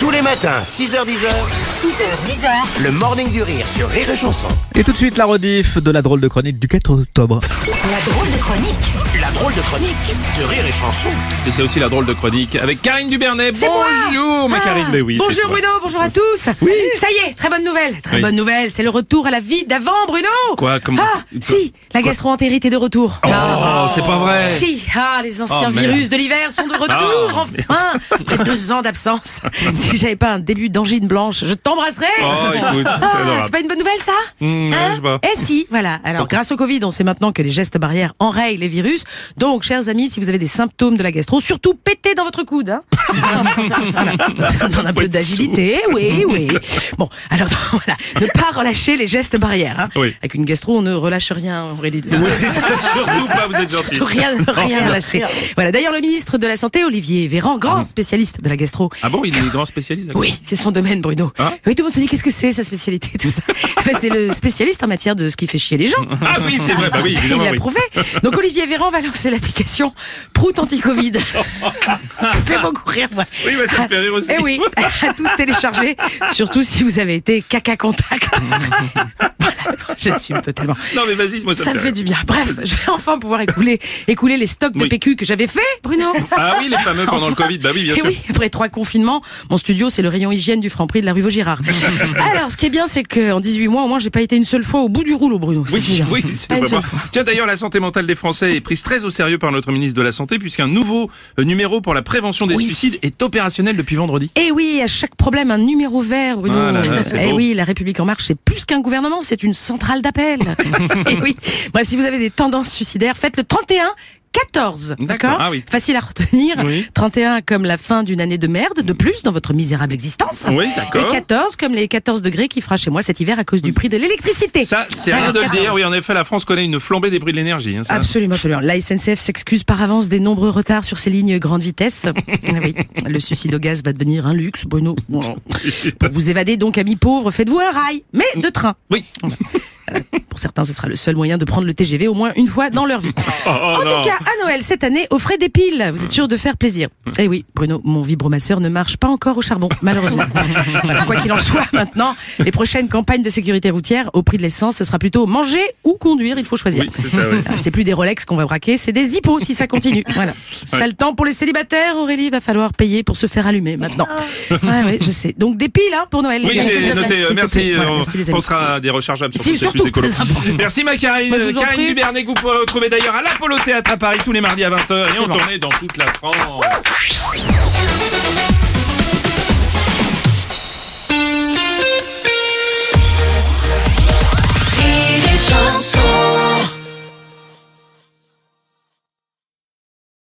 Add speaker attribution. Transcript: Speaker 1: Tous les matins, 6h10,
Speaker 2: 6h, 10h,
Speaker 1: le morning du rire sur Rire et Chanson.
Speaker 3: Et tout de suite la rediff de la drôle de chronique du 4 octobre.
Speaker 2: la drôle de chronique
Speaker 1: La drôle de chronique de Rire et Chanson.
Speaker 4: Et c'est aussi la drôle de chronique avec Karine Dubernet. Bonjour, ma Karine, mais oui. c'est
Speaker 5: Ah, Bonjour
Speaker 4: toi.
Speaker 5: Bruno, bonjour à tous. Ça y est, très bonne nouvelle. Très
Speaker 4: Oui.
Speaker 5: bonne nouvelle, c'est le retour à la vie d'avant Bruno.
Speaker 4: Quoi, comment-
Speaker 5: Ah, si, la gastro-entérite est de retour. Ah,
Speaker 4: Oh, c'est pas vrai.
Speaker 5: Si, ah, les anciens
Speaker 4: Oh, merde.
Speaker 5: virus de l'hiver sont de
Speaker 4: Ah,
Speaker 5: retour, enfin, après deux ans d'absence. Si j'avais pas un début d'angine blanche, je t'embrasserais.
Speaker 4: Oh, écoute,
Speaker 5: Ah,
Speaker 4: c'est adorable.
Speaker 5: c'est pas une bonne nouvelle ça
Speaker 4: Hmm, ouais, je sais pas.
Speaker 5: Eh si, voilà. Alors grâce au Covid, on sait maintenant que les gestes barrières enrayent les virus. Donc, chers amis, si vous avez des symptômes de la gastro, surtout pétez dans votre coude. Hein. Voilà. Ça demande un
Speaker 4: Faut
Speaker 5: peu
Speaker 4: être
Speaker 5: d'agilité, oui, oui. Bon, alors voilà, ne pas relâcher les gestes barrières. hein.
Speaker 4: Oui.
Speaker 5: Avec une gastro, on ne relâche rien, Aurélie.
Speaker 4: Surtout pas, vous êtes gentil.
Speaker 5: Surtout rien, rien relâcher. Voilà. D'ailleurs, le ministre de la Santé, Olivier Véran, grand spécialiste de la gastro,
Speaker 4: Ah bon, il est grand spécialiste d'accord.
Speaker 5: oui, c'est son domaine, Bruno.
Speaker 4: Ah.
Speaker 5: Oui, tout le monde se dit qu'est-ce que c'est sa spécialité, tout ça. Ben, c'est le spécialiste en matière de ce qui fait chier les gens.
Speaker 4: Ah oui, c'est vrai, bah oui,
Speaker 5: Il
Speaker 4: évidemment.
Speaker 5: l'a
Speaker 4: oui.
Speaker 5: prouvé. Donc Olivier Véran va lancer l'application Prout anti-Covid. Ça fait beaucoup rire, moi.
Speaker 4: Oui, bah, ça me fait rire aussi.
Speaker 5: Eh oui, à tous télécharger, surtout si vous avez été caca contact. voilà, j'assume totalement.
Speaker 4: Non, mais vas-y, moi ça,
Speaker 5: Ça me fait
Speaker 4: rire.
Speaker 5: du bien. Bref, je vais enfin pouvoir écouler, écouler les stocks de
Speaker 4: Oui.
Speaker 5: PQ que j'avais fait, Bruno.
Speaker 4: Ah oui, les fameux pendant le
Speaker 5: Enfin.
Speaker 4: Covid, bah oui, bien
Speaker 5: Eh
Speaker 4: sûr.
Speaker 5: oui, après trois confinements, mon studio, c'est le rayon hygiène du Franprix de la rue Vaugirard. Alors, ce qui est bien, c'est qu'en 18 mois, au moins, j'ai pas été une seule fois au bout du rouleau, Bruno. C'est Eh,
Speaker 4: Oui,
Speaker 5: bien.
Speaker 4: oui, c'est
Speaker 5: Pas une
Speaker 4: pas
Speaker 5: seule
Speaker 4: moi. Tiens, d'ailleurs, la santé mentale des Français est prise très au sérieux par notre ministre de la Santé, puisqu'un nouveau euh, numéro pour la prévention des
Speaker 5: Oui.
Speaker 4: suicides est opérationnel depuis vendredi.
Speaker 5: Eh oui, à chaque problème, un numéro vert, Bruno.
Speaker 4: Ah là là, c'est
Speaker 5: eh
Speaker 4: beau.
Speaker 5: oui, la République en marche, c'est plus qu'un gouvernement, c'est une centrale d'appel. eh oui. Bref, si vous avez des tendances suicidaires, faites le 31. 14,
Speaker 4: D'accord,
Speaker 5: d'accord
Speaker 4: ah oui.
Speaker 5: Facile à retenir.
Speaker 4: Oui. Mm.
Speaker 5: 31 comme la fin d'une année de merde, de plus, dans votre misérable existence.
Speaker 4: Oui, d'accord.
Speaker 5: Et 14 comme les 14 degrés qu'il fera chez moi cet hiver à cause du prix de l'électricité.
Speaker 4: Ça, c'est rien de le dire. Oui, en effet, la France connaît une flambée des prix de l'énergie. hein, ça.
Speaker 5: Absolument, absolument. La SNCF s'excuse par avance des nombreux retards sur ses lignes grande vitesse. Ah oui, le suicide au gaz va devenir un luxe, Bruno. Pour vous évader donc, amis pauvres, faites-vous un rail, mais de train.
Speaker 4: Oui.
Speaker 5: Pour certains, ce sera le seul moyen de prendre le TGV au moins une fois dans leur vie.
Speaker 4: Oh, oh,
Speaker 5: En
Speaker 4: non.
Speaker 5: tout cas, à Noël cette année, offrez des piles. Vous êtes sûr de faire plaisir. Eh oui, Bruno, mon vibromasseur ne marche pas encore au charbon, malheureusement. Voilà, Quoi qu'il en soit, maintenant, les prochaines campagnes de sécurité routière, au prix de l'essence, ce sera plutôt manger ou conduire. Il faut choisir.
Speaker 4: Oui, c'est ça, oui.
Speaker 5: Ah, C'est plus des Rolex qu'on va braquer, c'est des hippos si ça continue. Voilà. Sale temps pour les célibataires, Aurélie, va falloir payer pour se faire allumer maintenant. Ouais, ouais, je sais. Donc des piles hein, pour Noël.
Speaker 4: Oui,
Speaker 5: les gars. S'il
Speaker 4: j'ai
Speaker 5: te
Speaker 4: noté.
Speaker 5: plaît.
Speaker 4: euh, Merci.
Speaker 5: Voilà,
Speaker 4: on-
Speaker 5: merci les
Speaker 4: On
Speaker 5: amis.
Speaker 4: sera des rechargeables.
Speaker 5: Si,
Speaker 4: sur
Speaker 5: surtout,
Speaker 4: ces plus écolos.
Speaker 5: très important.
Speaker 4: Merci ma Karine.
Speaker 5: Moi, je vous en
Speaker 4: Karine
Speaker 5: prie.
Speaker 4: Dubernet que vous pourrez retrouver d'ailleurs à l'Apollo Théâtre à Paris tous les mardis à 20h et en
Speaker 5: bon.
Speaker 4: tournée dans toute la France.